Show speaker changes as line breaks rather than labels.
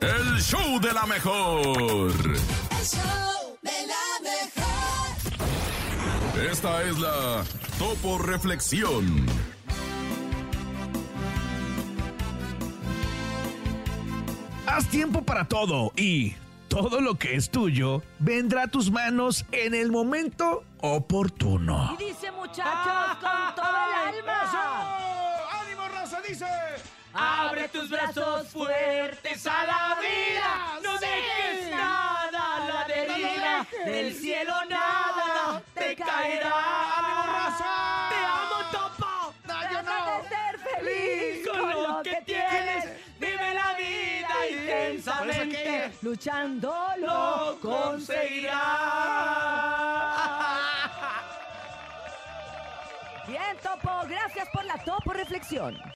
El show de la mejor.
El show de la mejor.
Esta es la Topo Reflexión.
Haz tiempo para todo y todo lo que es tuyo vendrá a tus manos en el momento oportuno.
Y dice muchachos con todo el alma.
¡Ánimo, raza! Dice.
Abre tus brazos fuertes a la vida. No dejes nada a la deriva. Del cielo nada te
¡Ánimo,
caerá.
raza!
Te amo topo.
No, yo
Trata
no.
de ser feliz con lo que tienes. Vive la vida intensamente. Luchando lo conseguirás. Bien, Topo. Gracias por la Topo Reflexión.